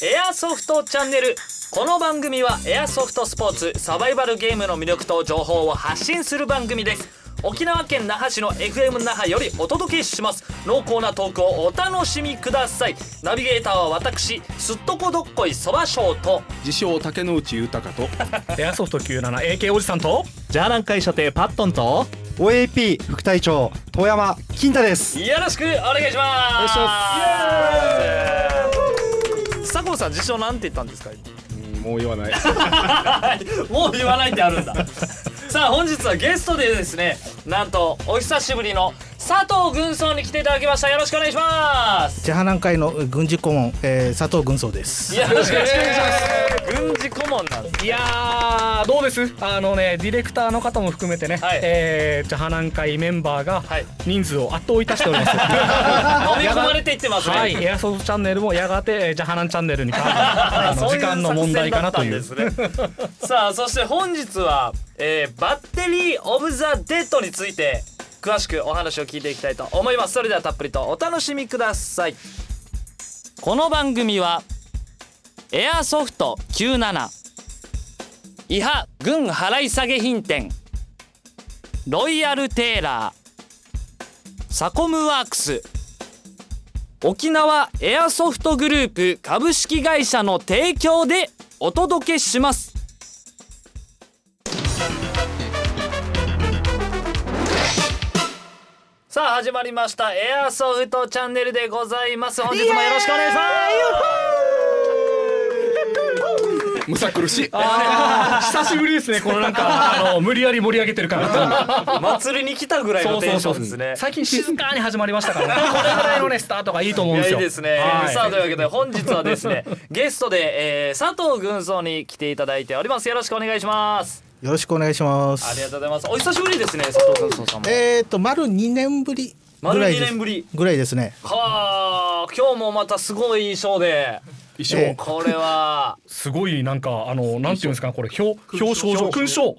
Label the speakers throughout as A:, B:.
A: エアソフトチャンネルこの番組はエアソフトスポーツサバイバルゲームの魅力と情報を発信する番組です沖縄県那覇市の FM 那覇よりお届けします濃厚なトークをお楽しみくださいナビゲーターは私すっとこどっこいそばショーと
B: 自称竹之内豊と
C: エアソフト97 AK おじさんと
D: じゃあ、南海射程パットンと
E: OAP 副隊長遠山金太です
A: よろしくお願いします
E: お
A: 佐藤さん自称なんて言ったんですか今
B: もう言わない
A: もう言わないってあるんださあ本日はゲストでですねなんとお久しぶりの佐藤軍曹に来ていただきましたよろしくお願いします
F: ジャハナン会の軍事顧問、えー、佐藤軍曹です。
A: よろしくお願いします軍事顧問なんです
C: いやーどうですあのねディレクターの方も含めてね、
A: はい
C: えー、ジャハナン会メンバーが
A: はい
C: 人数を圧倒いたしており ます、
A: 飲み込まれていってますね、
C: はい、エアソフトチャンネルもやがてえージャハナンチャンネルに変 わるあの
A: そう
C: 時
A: いう
C: 間の問題かなという
A: 作戦だったんですねさあそして本日は、えーバッテリー・オブ・ザ・デッドについて詳しくお話を聞いていきたいと思いますそれではたっぷりとお楽しみくださいこの番組はエアソフト97伊波軍払い下げ品店ロイヤルテーラーサコムワークス沖縄エアソフトグループ株式会社の提供でお届けしますさあ始まりましたエアソフトチャンネルでございます本日もよろしくお願いし
B: むさ苦しい
C: あー久しぶりですねこのなんかあの無理やり盛り上げてる感 じ
A: ます祭りに来たぐらいのテンションですね
C: 最近静かに始まりましたからねこれぐらいのねスタートがいいと思うん
A: い
C: で
A: や
C: す
A: いい
C: よ
A: ですね、
C: はい
A: さあというわけで本日はですねゲストで、えー、佐藤軍曹に来ていただいておりますよろしくお願いします
F: よろしくお願いします。
A: ありがとうございますお久しぶりですね佐藤軍曹さんも
F: えっ、と丸2年ぶりぐらい
A: 丸
F: です。
A: 二年ぶり
F: ぐらいですね。
A: はあ今日もまたすごい衣装で
B: 一生
F: ええ
A: これは
C: すごいなんかあのなんていうんですかこれ表表彰状勲章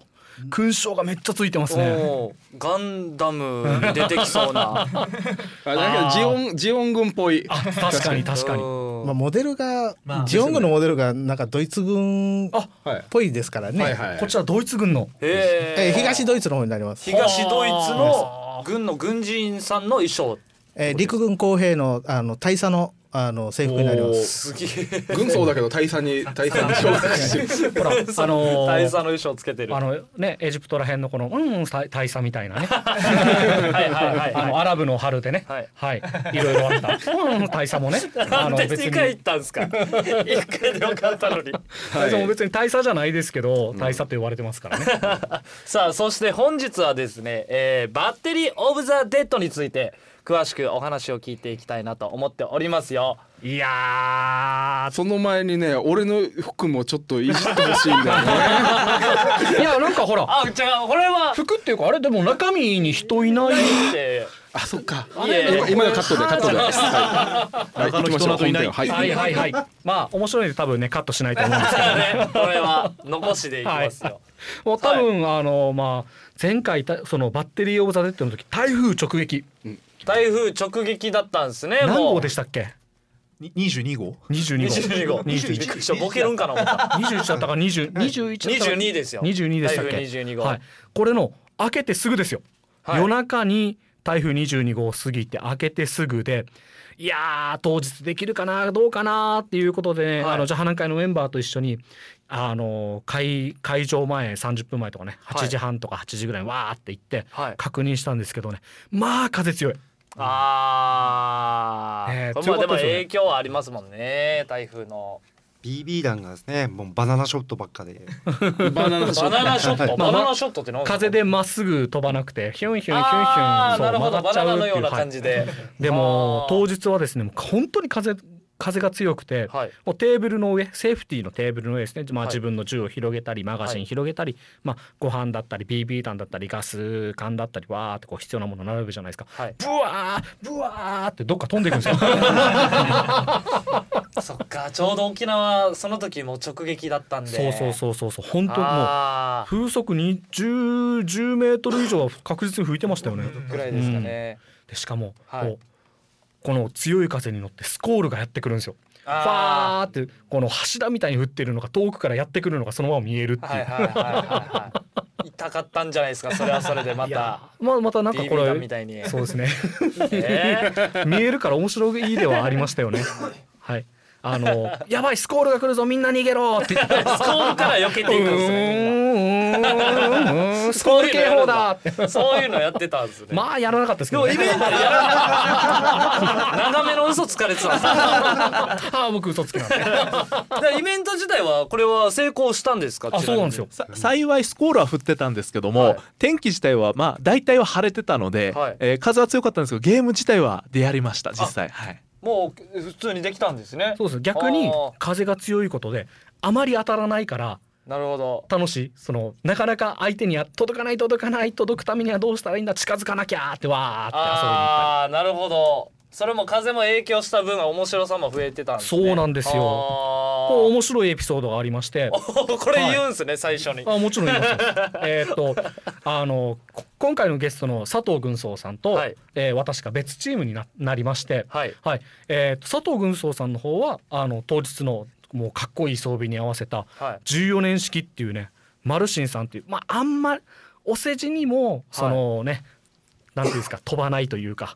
C: 勲章がめっちゃついてますね
A: もうガンダムに出てきそう な
B: あなんかジオンジオン軍っぽい
C: あ確かに確かに
A: うん
F: まあモデルが、ジオングのモデルがなんかドイツ軍っ
C: あ
B: はい
F: ぽいですからね。
B: はいはい
C: こちらドイツ軍の
A: えー
F: えー東ドイツの方になります。
A: 東ドイツの軍の軍人さんの衣装
F: えー陸軍工兵のあの大佐のあの制服になりま
A: す
F: す。
A: げえ
B: 軍曹だけど大佐に大佐に昇格してる
C: ほらあのー
A: 大佐の衣装つけてる
C: あ
A: は
C: のねエジプトらへんのこのうん大大佐みたいなね
A: いはいはい
C: あ
A: はい
C: のアラブの春でね
A: はい
C: はいいろいろあったうん大佐もねあ
A: なん
C: の
A: で
C: 別
A: 2
C: に
A: 回行ったん ですか一回でよかったのに
C: 大佐も別に大佐じゃないですけど大佐って呼ばれてますからね
A: さあそして本日はですね、えーバッテリー・オブ・ザ・デッドについて詳しくお話を聞いていきたいなと思っておりますよ
C: いや
B: その前にね俺の服もちょっといじってほしいんだよね
C: ーいやなんかほら
A: あ違うこれは
C: 服っていうかあれでも中身に人いない
A: え
B: あそっか
A: いやいや
B: 今今のカットでカットではい、はい、行きましょう本編はい、
C: はいはいはい。まあ面白いので多分ねカットしないと 思うんですけど、
A: ーねこれは残しでいきますよ、
C: もう多分、あのまあ前回たそのバッテリーオブザデッドの時台風直撃
A: 台風直撃だったんですね
C: 何
A: も
C: 号
A: う
C: でしたっけ？
D: 二十二号。
C: 二十二号。
A: 22号
C: 21
A: 21びっくりしたボケるんかな思った
C: 二十一だったか二十二十一。
A: 22ですよ
C: 二十二でしたっけ？
A: 台風22号
C: はい。これの明けてすぐですよ。
A: はい
C: 夜中に台風22号過ぎて明けてすぐでいやー当日できるかなどうかなっていうことでね、
A: はい
C: あのジャハナン会のメンバーと一緒にあの会会場前30分前とかね
A: はい
C: 8時半とか8時ぐらいにわーって行って
A: はい
C: 確認したんですけどね、まあ風強い
A: あー、
C: ねえ
A: これまあでも
C: 強かったですよね
A: 影響はありますもんね台風の
E: BB 弾がですねもうバナナショットばっかで
B: バナナシ
A: バ
B: ョット
A: ナナショット
C: まあ
A: バナナショットって何すか
C: 風でまっすぐ飛ばなくてヒュンヒュンヒュンヒュ
A: あ
C: ン
A: ーなるほど
C: 曲が
A: バ
C: っちゃ
A: ナ
C: う
A: ナの
C: っていう
A: ような
C: はい
A: 感じで
C: でも
A: あー
C: 当日はですねもう本当に風風が強くて、
A: はい
C: もうテーブルの上セーフティーのテーブルの上ですね、ま
A: は
C: あ、
A: い
C: 自分の銃を広げたりマガジ
A: は
C: ン
A: い
C: 広げたり、まあ、ご飯だったり BB 弾だったりガス缶だったりわーってこう必要なもの並ぶじゃないですか。
A: はい
C: ブワーブワーってどっか飛んでいくんですよ。
A: そっかちょうど沖縄その時もう直撃だったんで
C: そうそうそうそうそう本当にもう
A: あー
C: 風速に 10, 10メートル以上は確実に吹いてましたよね。
A: ぐらいですかね、
C: でしかも、
A: はい
C: こうこの強い風に乗ってスコールがやってくるんですよ。フ
A: あ
C: ァーってこの柱みたいに降ってるのが遠くからやってくるのがそのまま見えるって
A: ー
C: いう。
A: はいはいはいはいはい痛かったんじゃないですかそれはそれでま
C: いや
A: た
C: まあまたなんかこ
A: DV 弾み
C: れ
A: たいに
C: そうですね
A: えー
C: 見えるから面白いではありました よね。はいあの「やばいスコールが来るぞみんな逃げろ」 って言って
A: スコールから避け
C: うー
A: てい
C: んうーんう
A: くんですね
C: ーんうーんスコール警報だって
A: みんなそういうのやってたんですね
C: まあやらなかったですけど、ね、
A: 長めの嘘つかれてたんですよ
C: ああ僕嘘 つきなんで
A: でイベント自体はこれは成功したんですか
C: あそうなんですよ
A: ち
D: さ幸いスコールは降ってたんですけども、
A: はい
D: 天気自体はまあ大体は晴れてたので、
A: はい
D: えー風は強かったんですけどゲーム自体は出やりました実際は
A: な
D: い
A: みにもう普通にできたんですね
C: そうです逆に
A: あー
C: 風が強いことであまり当たらないから
A: なるほど
C: 楽しいそのなかなか相手には届かない届かない届くためにはどうしたらいいんだ近づかなきゃーってわーって
A: ああーなるほどそれも風も影響した分面白さも増えてたんですね
C: そうなんですよ
A: あ
C: 遊びに行ったりこう面白いエピソードがありまし
A: ー
C: て
A: これ言うんですね最初に
C: あもちろん言いますよえーっと あのこ今回のゲストの佐藤軍曹さんと、
A: はい
C: えー私が別チームにななりまして、
A: はい
C: はい、えーと佐藤軍曹さんの方はあの当日のもうかっこいい装備に合わせた
A: はい
C: 14年式っていうねマルシンさんっていうまああんまお世辞にもそのね、なんていうんですか飛ばないというか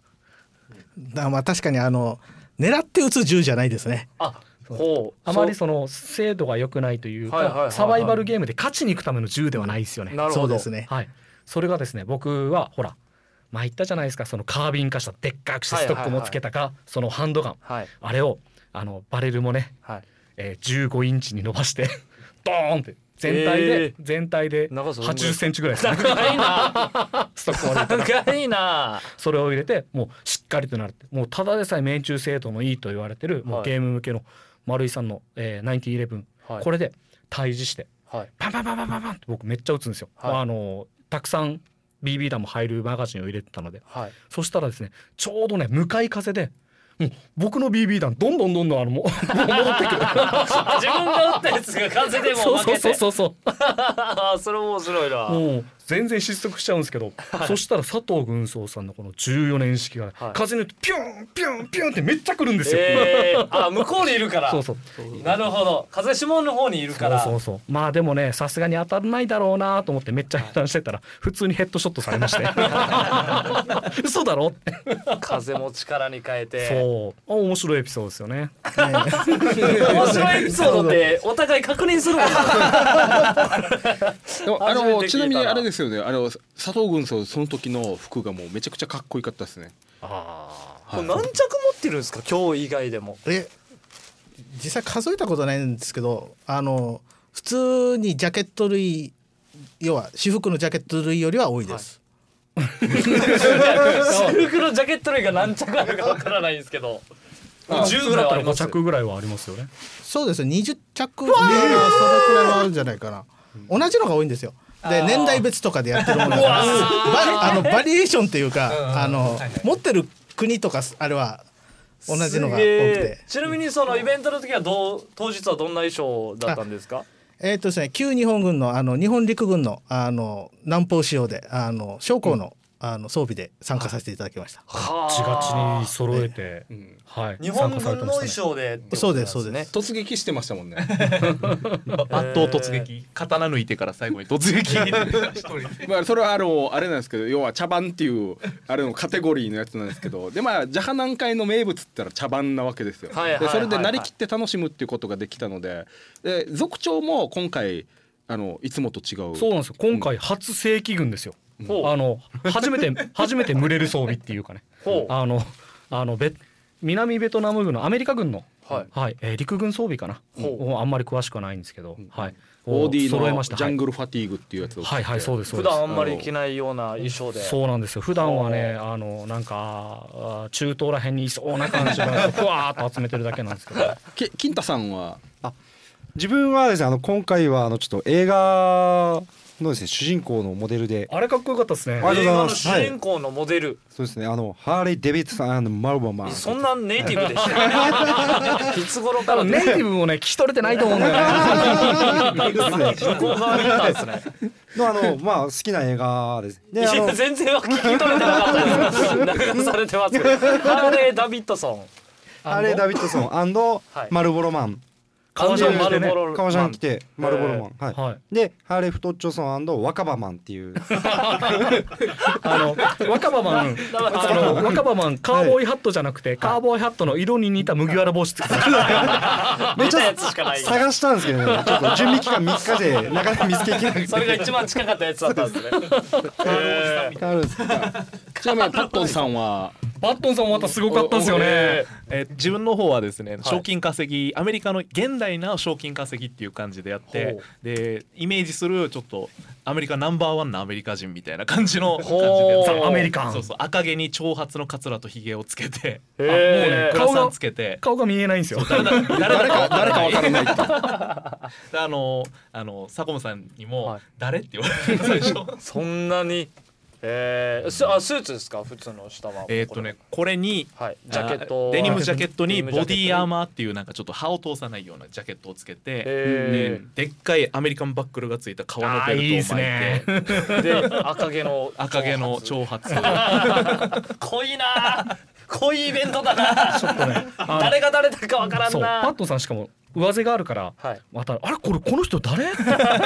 F: だまあ確かにあの狙って打つ銃じゃないですね。
A: あほう
C: あまり
A: そ
C: その精度が良くないという
A: はいはいはいは
C: か
A: い
C: サバイバルゲームで勝ちに行くための銃ではないですよね
A: う。なる
F: そ
A: ほ
F: う
A: ど
F: ですね。
C: はい、それがですね僕はほらまあ言ったじゃないですかそのカービン化したでっかくしてストックもつけたか、そのハンドガン
A: はい
C: あれをあのバレルもね、
A: はい
C: えー、15インチに伸ばしてドーンって全体で、
A: えー
C: 全体で
A: 長さどんぐらい
C: 80センチぐらい ですね
A: 長いな
C: ストック割れたら
A: 長いな
C: それを入れてもうしっかりとなるってもうただでさえ命中精度のいいと言われてるも
A: は
C: う
A: い
C: ゲーム向けの丸井さんの、えー、1911、
A: はい
C: これで対峙して
A: はい
C: パンパンパンパンパンパンって僕めっちゃ打つんですよ。
A: はい
C: まああのたくさん BB 弾も入るマガジンを入れてたので
A: はい
C: そしたらですねちょうどね向かい風でもう僕の BB 弾どんどんどんどんあのもう 戻って くる
A: あ自分が打ったやつが風で
C: そ
A: も
C: う
A: 負
C: そ
A: け
C: う
A: て
C: そうそうそう
A: あーそれ面白いな、
C: もう全然失速しちゃうんですけど、そしたら佐藤軍曹さんのこの14年式が、
A: はい
C: 風によってピュンピュンピュンってめっちゃ来るんですよ。
A: えー、あ向こうにいるから
C: そうそう
A: なるほど風下の方にいるから
C: そうそうそうまあでもねさすがに当たらないだろうなと思ってめっちゃ油断してたら普通にヘッドショットされまして 嘘だろって、
A: 風も力に変えて
C: そうあ面白いエピソードですよね
A: 面白いエピソードってお互い確認するもんな
B: でもあ
A: 初めて聞いた
B: の
A: な
B: ちなみにあれですよねあの佐藤軍曹その時の服がもうめちゃくちゃかっこよかったですね
A: これ何着持ってるんですか今日以外でも
F: え実際数えたことないんですけどあの普通にジャケット類要は私服のジャケット類よりは多いです。
A: 私服のジャケット類が何着あるかわからないんですけど10ぐらいはあり
C: 5
A: ます
C: 着ぐらいはありますよね
F: そうですね20着いやそれくらいはあるんじゃないかな。同じのが多いんですよ。で年代別とかでやってるものだからばあのバリエーションっていうかあの持ってる国とかあれは同じのが多く
A: すげえ
F: て。
A: ちなみにそのイベントの時はどう当日はどんな衣装だったんですか
F: えーっとですね、旧日本軍のあの日本陸軍のあの南方仕様であの将校の,、あの装備で参加させていただきました。
A: は
C: ガチガチに揃えて、はい
A: 日本軍
C: 参加され
A: の
C: てました
A: 衣装
C: ね
A: でってことなんね
F: そうですそうです。
B: 突撃してましたもんね
D: ば抜刀突撃刀抜いてから最後に突撃
B: まあそれはあのあれなんですけど要は茶番っていうあれのカテゴリーのやつなんですけどでまあジャハ南海の名物って言ったら茶番なわけですよ
A: はいはいはい
B: で
A: はい
B: それでなりきって楽しむっていうことができたのでで族長も今回あのいつもと違う
C: そうなんですよ今回初正規軍ですよ、
A: ほう
C: あの初めて初めて群れる装備っていうかね
A: ほう
C: あのあのベ南ベトナム軍のアメリカ軍の、
A: はい
C: えー陸軍装備かな、
A: ほう
C: もうあんまり詳しくはないんですけど、はい、
B: OD
C: 揃え
B: の
C: ま
B: ジ
C: した
B: ャングルファティーグっていうやつを着て
C: はい、はいはいそうですそう
A: 普
C: です
A: 段あんまり着ないような衣装で
C: そうなんですよ普段はねあのなんかあー中東ら辺にいそうな感じがふわーっと集めてるだけなんですけど
B: き金太さんは
E: 自分はですねあの今回はあのちょっと映画のですね主人公のモデルで
C: あれかっこよかったですね
E: ありがとうございます
A: 映画の主人公のモデル、
E: そうですねあのハーレー・デビッドさんマルボマン
A: そんなネイティブで した。いつ頃か
C: 多
A: ら
C: 分ネイティブもね聞き取れてないと思うんだよね
A: 向こう側にいたんですね。
E: のあのまあ好きな映画です
A: い
E: であの
A: や全然聞き取れてなかったです。流されてますけ ど。ハーレー・ダビッドソン。
E: ハーレー・ダビッドソン
A: はい
E: マルボロマン
C: 革ジャン着てね
A: アンドロマルボロ
E: 革ジャン着てマルボロマンはい
C: はい
E: でハーレー・フトッチョソン若葉マンっ ていう
C: あの若葉マン
A: 名前使
C: あの若葉マンカーボーイハットじゃなくてカーボーイハットの色に似た麦わら帽子つけてた
A: 見たやつしかない。
E: 探したんですけどねちょっと準備期間3日で なかなか見つけきれなくて
A: それが一番近かったやつだったん ですね。えー
E: あるんです
B: ちなみにパットンさんは
C: バットンさんもまたすごかったですよね
A: え
D: えー自分の方はですね、賞金稼ぎアメリカの現代な賞金稼ぎっていう感じでやって
A: ほ
D: でイメージするちょっとアメリカナンバーワンなアメリカ人みたいな感じの感じ
A: ほう
D: でやって
A: ザアメ
C: リカン
D: そうそう赤毛に長髪のカツラとひげをつけて
A: ーえ
D: グ
A: ー
D: ラサンつけて
C: 顔が見えないんですよ
D: 誰だ誰だ
B: 誰かわからない
D: あのあの佐久間さんにも、
A: はい
D: 誰って言われて最初
A: そんなに。えー、スあスーツですか普通の下は
D: えーっとねこれに
A: はいジャケット
D: あデニムジャケットに
A: デニムジ
D: ボ
A: ャケ
D: デ
A: ットに
D: ィーアーマーっていうなんかちょっと刃を通さないようなジャケットをつけて、
A: え
D: ででっかいアメリカンバックルがついた革のベ
C: あー
D: ルトを巻い
C: いい
D: て
C: っすね
A: ー、で赤毛の
D: 赤毛の長髪
A: 濃いなぁ濃いイベントだなちょっとね誰が誰だかわからん
C: そうバッ
A: な
C: トンさんしかも上背があるから
A: はい
C: またあれこれこの人誰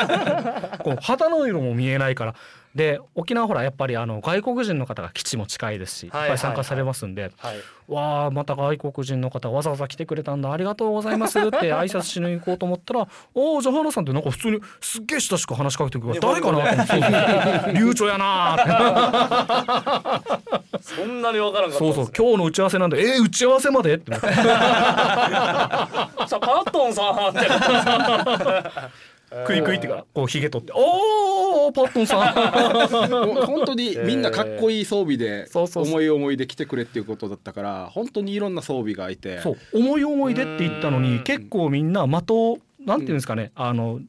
C: こう肌の色も見えないからで沖縄ほらやっぱりあの外国人の方が基地も近いですしいっ
A: はい
C: ぱい参加されますんで
A: はい
C: わあまた外国人の方わざわざ来てくれたんだありがとうございます って挨拶しに行こうと思ったら「おおじゃあ原さん」ってなんか普通にすっげえ親しく話しかけて くるから誰かなと思って流暢やなーって
A: そんなにわからんかった
C: そう
A: です、
C: そ
A: ね、
C: う今日の打ち合わせなんで「えー、打ち合わせまで?」って思って
A: さあパットンさんって
C: クイクイってからこうひげ取って「おおパットンさん
B: もう本当にみんなかっこいい装備で
C: そうそうそう
B: 思い思いで来てくれっていうことだったから本当にいろんな装備がい」て
C: そう「思い思いで」って言ったの
A: う
C: に
A: ん
C: 結構みんな的をなんていうんですかねあの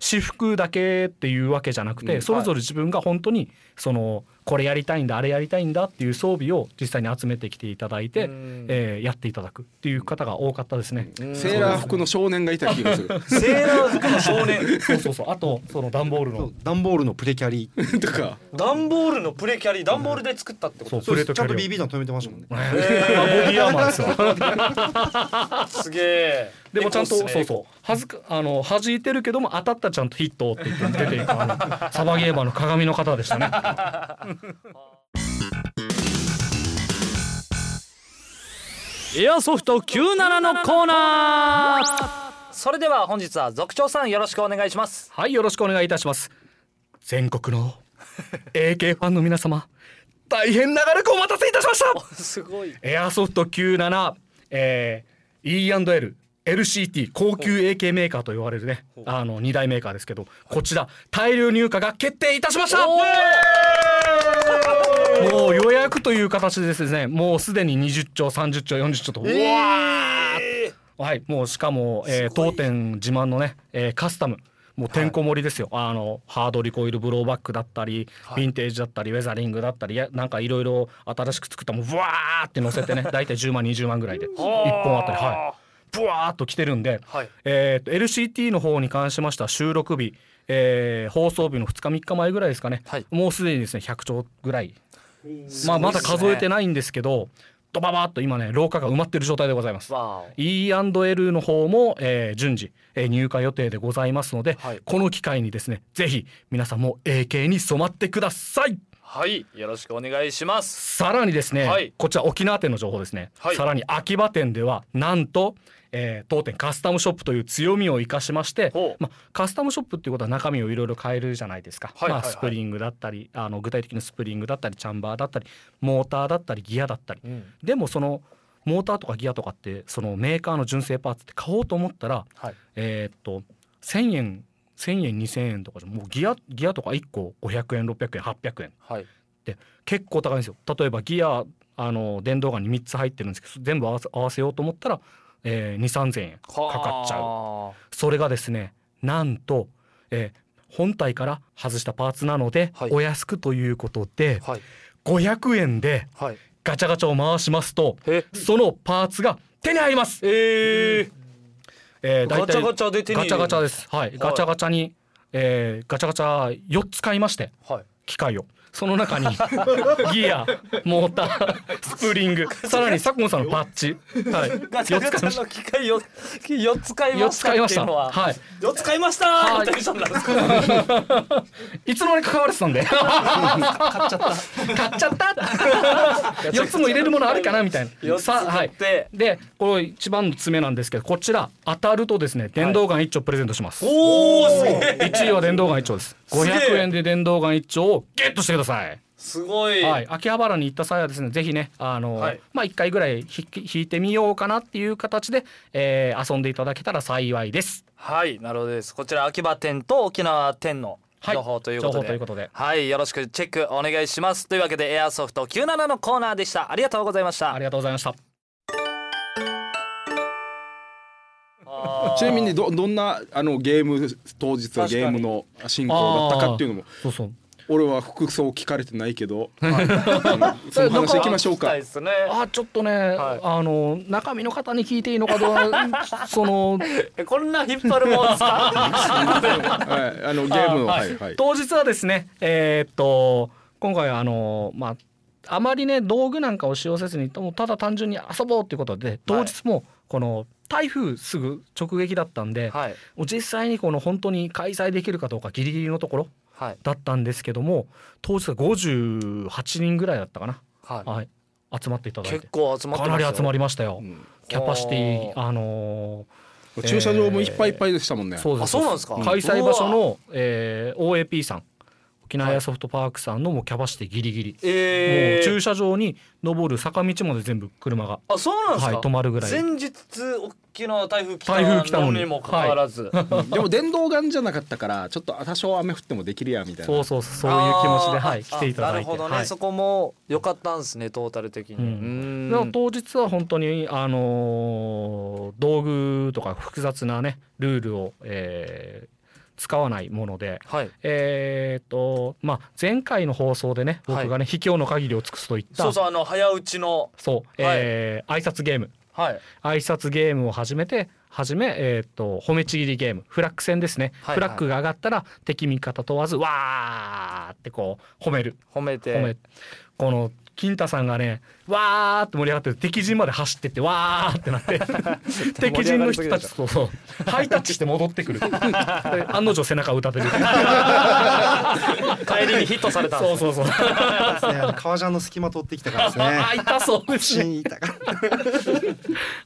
C: 私服だけっていうわけじゃなく
B: う
C: て
B: ん
C: それぞれ自分が本当にそのこれやりたいんだあれやりたいんだっていう装備を実際に集めてきていただいて
A: うん
C: えーやっていただくっていう方が多かったですね。
B: セーラー服の少年がいた気がする
A: セーラー服の少年
C: そうそうそうあとその段ボール
E: そ
C: の
E: う段ボールのプレキャリー
B: とか
A: 段ボールのプレキャリー段ボールで作ったってこと
C: そう
A: です
C: プレート
E: ちゃんと
C: キャリ
E: BB 弾止めてましたもんね
A: へ
C: ア
A: ー
C: ボディアーマーですよ
A: すげえ
C: でもちゃんと
A: エコっす
C: そ
A: ね
C: うそうはずかあの弾いてるけども当たったらちゃんとヒットって言って出ていくあのサバゲーバーの鏡の方でしたね。
A: エアソフト97のコーナーそれでは本日は族長さんよろしくお願いします
C: はい、よろしくお願いいたします。全国の AK ファンの皆様、大変長らくお待たせいたしました
A: すごい
C: エアソフト97、えー、E&L、LCT 高級 AK メーカーと言われるね、あの2大メーカーですけど、こちら大量入荷が決定いたしましたもう予約という形でですね、もうすでに20兆、30兆、40兆と、うわーはい、もうしかも、えー当店自慢のね、えーカスタム。もうてんこ盛りですよ、あのハードリコイルブローバックだったり、ヴィンテージだったりウェザリングだったりいやなんかいろいろ新しく作ったもんブワーって乗せてね大体10万20万ぐ らいで1本あたりはいブワーっと来てるんで、
A: はい
C: えーと LCT の方に関しましては収録日、えー放送日の2日3日前ぐらいですかね、
A: はい
C: もうすでにですね100兆ぐらい、まあ、まだ数えてないんですけどドババーっと今ね廊下が埋まってる状態でございます。
A: わ
C: E&L の方も、えー順次、えー入荷予定でございますので、
A: はい
C: この機会にですねぜひ皆さんも AK に染まってください
A: おはいよろしくお願いします
C: さらにですね、
A: はい
C: こちら沖縄店の情報ですね、
A: はい
C: さらに秋葉店ではなんと、えー当店カスタムショップという強みを生かしまして
A: ほ、う
C: ま、カスタムショップっていうことは中身をいろいろ変えるじゃないですか、
A: はいはいはい
C: まあ、スプリングだったりあの具体的にスプリングだったりチャンバーだったりモーターだったりギアだったり、
A: うん
C: でもそのモーターとかギアとかってそのメーカーの純正パーツって買おうと思ったら、
A: はい
C: えーっと1,000円1,000円2,000円とかじゃもうギアギアとか1個500円600円800円
A: はい
C: 結構高いんですよ例えばギアあの電動ガンに3つ入ってるんですけど全部合わせ合わせようと思ったら、えー、2,3,000円かかっちゃう
A: う
C: それがですねなんと、えー本体から外したパーツなので、
A: はい
C: お安くということで、
A: はい
C: 500円で
A: はい
C: ガチャガチャを回しますと
A: え
C: そのパーツが手に入ります、
A: え
C: えー大体
A: ガチャガチャで手に入
C: ガ
A: れ
C: チ
A: る
C: ャガチャです、はいガチャガチャに、えーガチャガチャ4つ買いまして
A: ー、はい
C: 機械をその中に ギアモータースプリングさらに佐久間さんのパッチ、はい、
A: ガチャガチ
C: 四つ買いまし
A: ャの機械よ 四つ買い
C: 4
A: ま
C: つ
A: した
C: 買いま
A: ってい
C: した
A: うのは
C: はい
A: 四つ買いました
C: は
A: の
C: い
A: テンションなんです か
C: いつの間にか関われてたんで買っちゃった買っちゃった4つも入れるものあるかなみたい
A: 四
C: な
A: つ
C: さあは
A: 買っ
C: い
A: て
C: でこれ一番の爪なんですけどこちら当たるとですね電動ガン1丁プレゼントします、
A: おおすげえ
C: 1位は電動ガン1丁です
A: すげえ
C: 500円で電動ガン1丁をゲットしてください
A: すごい、
C: はい、秋葉原に行った際はですねぜひねあの、
A: はい
C: まあ、1回ぐらいひ引いてみようかなっていう形で、えー遊んでいただけたら幸いです。
A: はい、なるほどです。こちら秋葉店と沖縄店の
C: はい
A: 情報ということで、
C: 情報ということで
A: はい、よろしくチェックお願いします。というわけでエアソフト97のコーナーでした。ありがとうございました。
C: ありがとうございました。
A: あー
B: ちなみにどどんなあのゲーム当日はゲームの進行だったかっていうのも
C: そうそう。
B: 俺は服装聞かれてないけど、うんその話いきましょう
A: 聞き
B: か
A: たいですね。
C: あーちょっとね、
A: い
C: あの中身の方に聞いていいのかどう かその
A: えこんな引っ張るもんです か。
B: はい、あのゲームの
C: あ
B: はいはい
C: 当日はですねえーっと今回はあのまああまりね道具なんかを使用せずにもうただ単純に遊ぼうっていうことで当日もこの台風すぐ直撃だったんで、
A: はい
C: 実際にこの本当に開催できるかどうかギリギリのところ
A: はい
C: だったんですけども当日は58人ぐらいだったかな、
A: は
C: はい、集まっていた
A: い。
C: だい
A: 結
C: て
A: 構集まって
C: か
A: ま
C: な
A: すよ。
C: り集まりましたよ、
B: うん
C: キャパシティ
A: お
C: あの
B: 駐車場もいっぱいいっぱいでしたもんね
C: ー、そうです
A: あそうなんですか
C: 開催場所の、えー OAP さん沖縄エアソフトパークさんのもうキャパシティギリギリ、も
A: えー、
C: う駐車場に登る坂道まで全部車が
A: あそうなんですか。
C: はい止まるぐらい
A: 前日沖縄台風来
C: 台風
A: た
C: 来た
A: の
C: の
A: に
C: に
A: もかかわらず。
B: うんでも電動ガンじゃなかったからちょっとあ多少雨降ってもできるやみたいな
C: そうそうそうそういう気持ちで、
A: あー
C: はい、来ていただ
A: あ
C: いて
A: なるほどね、
C: はい
A: そこも良かったんですねトータル的に。
C: うん
A: うん
C: だから当日は本当にあのー道具とか複雑なねルールを、えー使わないもので。
A: はい。
C: えーとまあ、前回の放送でね僕がね、卑怯の限りを尽くすといった
A: そうそうあの早打ちの
C: そうえー挨拶ゲーム
A: はい
C: 挨拶ゲームを始めて始め、えー、と褒めちぎりゲームフラッグ戦ですね、
A: はいはい
C: フラッグが上がったら敵味方問わずわーってこう褒める
A: 褒めて
C: ごめんこの金太さんがねわーって盛り上がってる敵陣まで走ってってわーってなって 敵陣の人たちとそうハイタッチして戻ってくるで案の定背中を打たれる
A: 帰りにヒットされたん
C: そ
A: で
C: う
A: すね
C: そうそう
E: ねあの革ジャンの隙間通ってきたからです ね
C: あ痛そうですね
E: 芯板が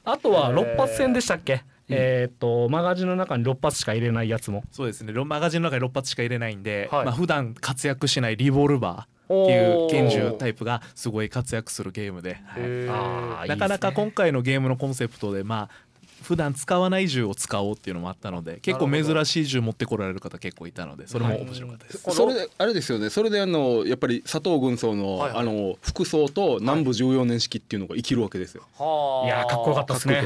C: あとは6発戦でしたっけ、えーっとマガジンの中に6発しか入れないやつも
D: そうですねロマガジンの中に6発しか入れないんで、
A: はい
D: まあ普段活躍しないリボルバーっていう
A: おー
D: 拳銃タイプがすごい活躍するゲームで、はい
A: へー
C: あー
D: なかなか
C: いいですね
D: 今回のゲームのコンセプトでまあ普段使わない銃を使おうっていうのもあったので結構
A: なるほど
D: 珍しい銃持ってこられる方結構いたのでそれも面白かったです。
A: この
B: それであれですよねそれであのやっぱり佐藤軍曹の,、
A: はいはい
B: あの服装と南部14年式っていうのが生きるわけですよ、
A: はあ
C: いやーかっこよかったですね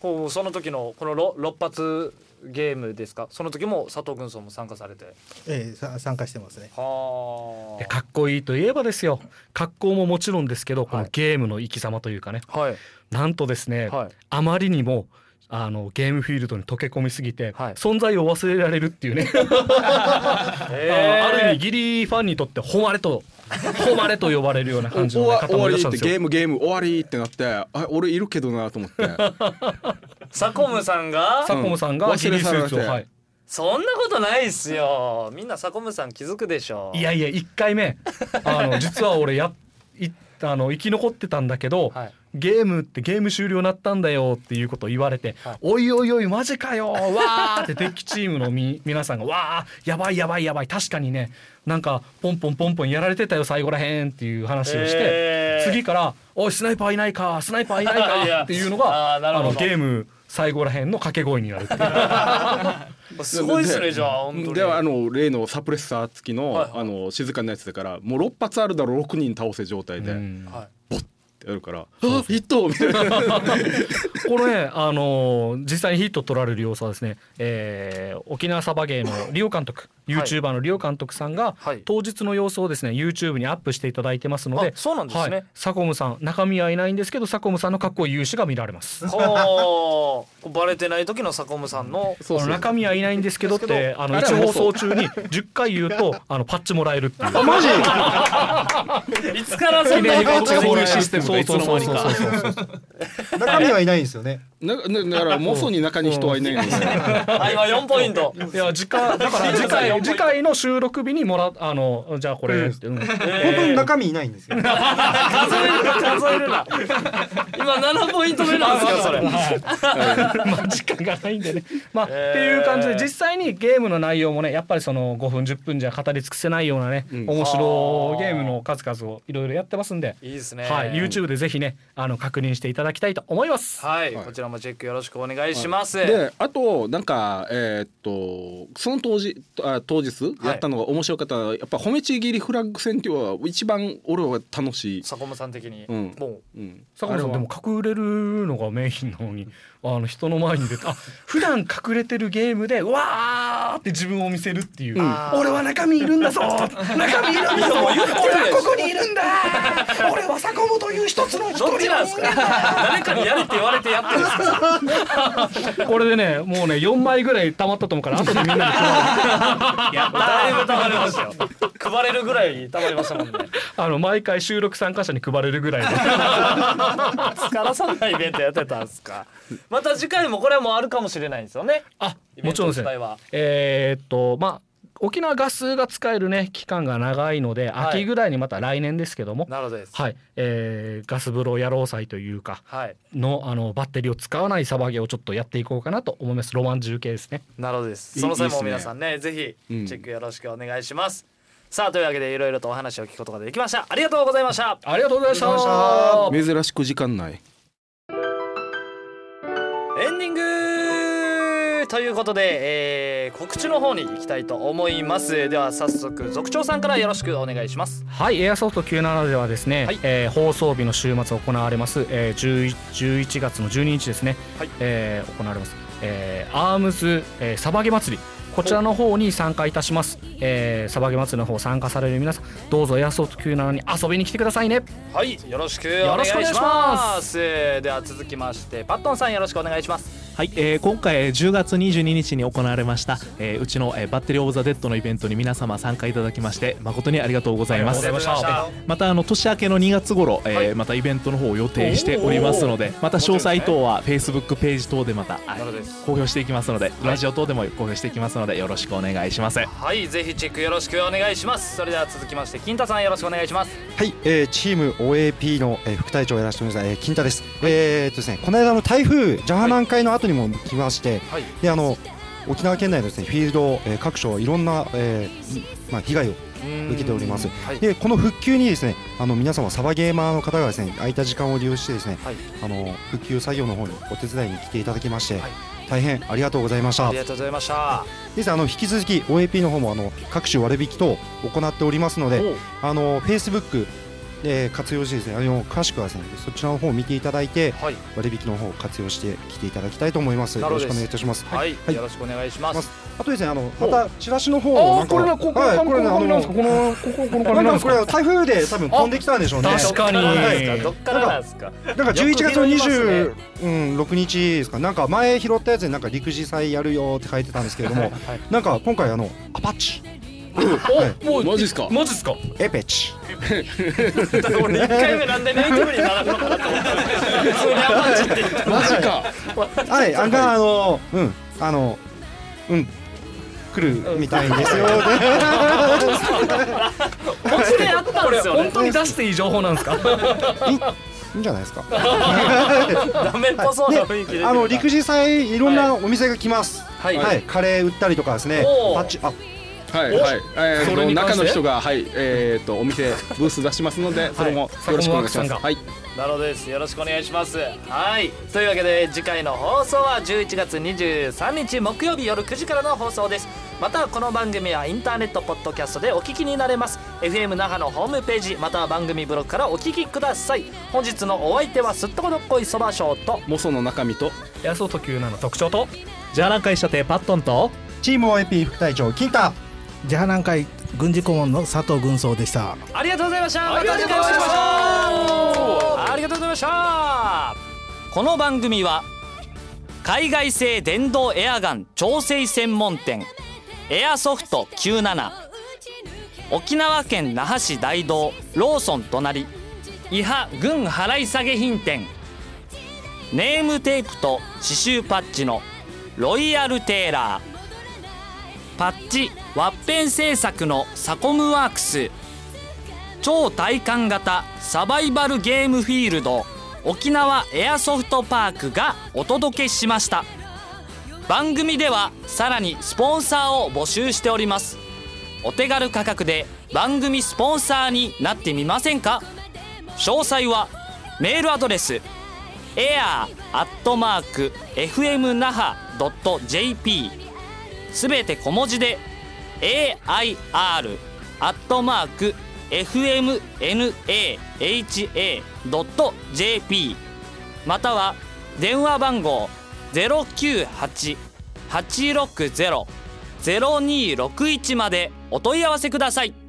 A: こうその時のこのろ六発ゲームですかその時も佐藤軍曹も参加されて
F: ええさ参加してますね。
A: は
C: でかっこいいといえばですよ格好ももちろんですけどこのゲームの生き様というかね、
A: あはい
C: なんとですね、
A: はい
C: あまりにもあのゲームフィールドに溶け込みすぎて、
A: はい
C: 存在を忘れられるっていう ね、あのある意味ギリファンにとって誉れと誉れと呼ばれるような感じ
B: 終
C: の、ね、
B: わ終
C: 方も
B: わ
C: いらっ
B: り
C: しゃ
B: っ
C: る
B: て
C: ん
B: ゲ
C: ですよ。
B: ームゲーム終わりってなってあ俺いるけどなと思って
A: サコムさんが
C: サコムさんが
B: 忘
C: ギ
B: れ
C: リース
B: 去ら
C: ー
B: れて
C: ツを、はい、
A: そんなことないっすよみんなサコムさん気づくでしょ
C: いやいや1 回目あの実は俺やいあの生き残ってたんだけど、
A: はい
C: ゲームってゲーム終了なったんだよっていうことを言われて「
A: はい
C: おいおいおいマジかよわー」ってデッキチームのみ皆さんが「わーやばいやばいやばい確かにねなんかポンポンポンポンやられてたよ最後らへん」っていう話をして、
A: えー
C: 次から「おいスナイパーいないかスナイパーいな い
A: いや
C: か」っていうのが
A: あーなる
C: あ
A: ほど
C: のゲーム最後らへんの掛け声にな るっていう。
A: すごいっすねじゃあ本当に
B: ではあの例のサプレッサー付きの,、
A: はいはい
B: あの静かなやつだからもう6発あるだろ6人倒せ状態で、
C: うん
A: はい
B: ってやるから「あヒット!」みたい な
C: このね、あのー実際にヒット取られる様子はですね、えー沖縄サバゲーのリオ監督、ユーチューバーのリオ監督さんが、
A: はい
C: 当日の様子をですね、YouTube にアップしていただいてますので
A: あ、そうなんですね
C: はいサコムさん、中身はいないんですけど、サコムさんのかっこいい勇姿が見られます。
A: ほうバレてない時のサコムさんの
B: そう
C: あ
B: そう
C: の中身はいないんですけどって、
A: で
C: あ
B: あ
C: の
B: れは
C: 一
B: 嘘
C: 放送中に10回言うと、あのパッチもらえるっていう。
B: マジ
A: いつからそんなに
D: パッチがもらえる
C: そう
D: システムがいつの間にか
C: そうそうそうそう
E: 中身はいないんですよね。
B: なな だからもそに中に人はいないので
A: あ今4ポイント
C: いや次回だから次回次回の収録日にもらあのじゃあこれって、うん
E: 本当に中身いない んですよ。
A: 数えるな数えるな今7ポイント目なんですよそれ
C: まあ時間がないんでね。 まあ、
A: えー
C: っていう感じで実際にゲームの内容もねやっぱりその5分10分じゃ語り尽くせないようなね、
B: うん
C: 面白いゲームの数々をいろいろやってますんで、
A: いいですね
C: はい、YouTube でぜひねあの確認していただきたいと思います。
A: はい
B: はい
A: こちらもチェックよろしくお願いします
B: であとなんかえーっとその当時あ当日やったのが面白かったのはやっぱ褒めちぎりフラッグ戦っていうのは一番俺は楽しい、
A: サコムさん的に
B: うん
A: もう
B: うん、
C: 坂本さんでも隠れるのがメインなのに あの人の前に出てあ普段隠れてるゲームでわーって自分を見せるっていう、俺は中身いるんだぞ 中身いるんだぞ俺はここにいるんだ俺は坂本いう一つの一人
A: ど
C: の
A: っちなんですか誰かにやれって言われてやってるんですか
C: これでねもうね4枚ぐらい溜まったと思うから後でみんなで
A: やっただいぶ溜まりましたよ配れるぐらい溜まりましたもんね
C: あの毎回収録参加者に配れるぐらいの
A: 疲らさないイベントやってたんですかまた次回もこれはもうあるかもしれないんですよね
C: あ
A: イベン
C: もちろ
A: ト
C: ん
A: 自
C: です
A: 体
C: ね
A: は
C: えーっとまあ沖縄ガスが使えるね期間が長いので
A: はい
C: 秋ぐらいにまた来年ですけども、
A: なるほどです
C: はい、えーガス風呂野郎祭というか
A: はい
C: のあのバッテリーを使わないサバゲーをちょっとやっていこうかなと思いますロマン重系ですね
A: なるほどです
B: い
A: その際
B: いいっ
A: も
B: すね
A: 皆さんねぜ
B: う
A: ひ
B: ん
A: チェックよろしくお願いします、さあというわけでいろいろとお話を聞くことができましたありがとうございました
C: ありがとうございました
B: 珍しく時 間ない
A: エンディングということで、えー、告知の方に行きたいと思いますでは早速族長さんからよろしくお願いします
C: はい、エアソフト97ではですね、
A: はい
C: えー放送日の週末行われます、えー、11, 11月の12日ですね、
A: はい
C: えー行われます、えーアームズ、えーサバゲ祭りこちらの方に参加いたします、えーサバゲ祭りの方参加される皆さんどうぞエアソフト97に遊びに来てくださいね
A: はいよろしくお願いし
C: よろ
A: ま
C: し
A: す
C: くお願いしま
A: では続きましてパットンさんよろしくお願いします
D: はい、えー今回えー10月22日に行われました、えーうちの、えーバッテリーオブザデッドのイベントに皆様参加いただきまして誠にありがとうございます。
A: ありがとうございまし
D: またあの年明けの2月頃、えー
A: はい
D: またイベントの方を予定しておりますので、また詳細等は Facebook ページ等でまた、はい
A: なるほどです
D: 公表していきますので、ラジオ等でも公表していきますのでよろしくお願いします。
A: はいぜひチェックよろしくお願いしますそれでは続きまして金太さんよろしくお願いします
E: はい、えーチーム OAP の、えー副隊長をやらせてもらいました、えー金太です。えーっとですね、この間の台風、ジャーナン会の後にも来まして、
A: はい
E: であの沖縄県内のですねフィールド、えー各所いろんな、えーまあ被害を受けております。
A: はい
E: でこの復旧にですね、あの皆様サバゲーマーの方がですね、空いた時間を利用してですね、
A: はい
E: あの復旧作業の方にお手伝いに来ていただきまして、
A: はい
E: 大変ありがとうございまし
A: あ
E: た
A: り。がとうございました
E: ですあの引き続き OAP の方もあの各種割引等行っておりますので、あの Facebook で活用してですね、あの詳しくはですね、そちらの方を見ていただいて
A: はい
E: 割引の方を活用して来ていただきたいと思います。
A: な
E: よ
A: るほ
E: ろ
A: どです
E: しくお願いいたします。
A: はい、
E: はい
A: よろしくお願いします
E: あとですね、あの
A: お
E: またチラシの方をなんか
C: あーこれなここ
E: はいこれねあ
C: この紙なん
E: の
C: ですかこのこここの紙なんで
E: なんか
C: す
E: これ
C: か
E: は台風で多分飛んできたんでしょうね。
C: あ確かに
A: はいどっからなんですか
E: なんか11月の
A: よく拾い
E: 26、うん、6日ですかなんか前拾ったやつになんか陸自祭やるよって書いてたんですけれども、なんか今回あのアパッチ
C: おもう
B: マジっすか
C: マジっすか
E: エペチ
A: 俺1回目なんでネイティブに並ぶのかなと思ったんですけど普通にアパッチって言 って
B: マジか
E: はいあがあのうんあのうん来るみたいですよ、
A: 本当にあったんですよ
C: 本
A: ね
C: 当に出していい情報なんで すか
E: いいんじゃないですか
A: ダメっぽそうな雰囲気出て
E: あの陸
A: 上
E: 自祭いろんなお店が来ます
A: は
E: はいい、カレー売ったりとかですね
A: おー
E: パッチあ
B: はいはい、えー、
C: それに関
B: 中
C: して
B: の人がはいえっとお店ブース出しますので、それもよろしくお願いします。
C: 坂本
B: はい、
A: なるほどですよろしくお願いしますはいというわけで次回の放送は11月23日木曜日夜9時からの放送ですまたこの番組はインターネットポッドキャストでお聞きになれます FM 那覇のホームページまたは番組ブログからお聞きください本日のお相手はすっとこどっこいそばショーと
B: モソの中身と
C: 安男特有なの特徴と
D: じゃあなんかしたてパットンと
E: チーム OAP 副隊長金太
F: じゃあ南海軍事顧問の佐藤軍曹でした。
A: ありがとうございました。また次回お会いしましょう。ありがとうございました。この番組は海外製電動エアガン調整専門店エアソフト97沖縄県那覇市大道ローソン隣伊波軍払い下げ品店ネームテープと刺繍パッチのロイヤルテーラーパッチワッペン製作のサコムワークス超体感型サバイバルゲームフィールド沖縄エアソフトパークがお届けしました番組ではさらにスポンサーを募集しておりますお手軽価格で番組スポンサーになってみませんか詳細はメールアドレス air.fmnaha.jp すべて小文字で air アットマーク fmnaha.jp または電話番号098-860-0261までお問い合わせください。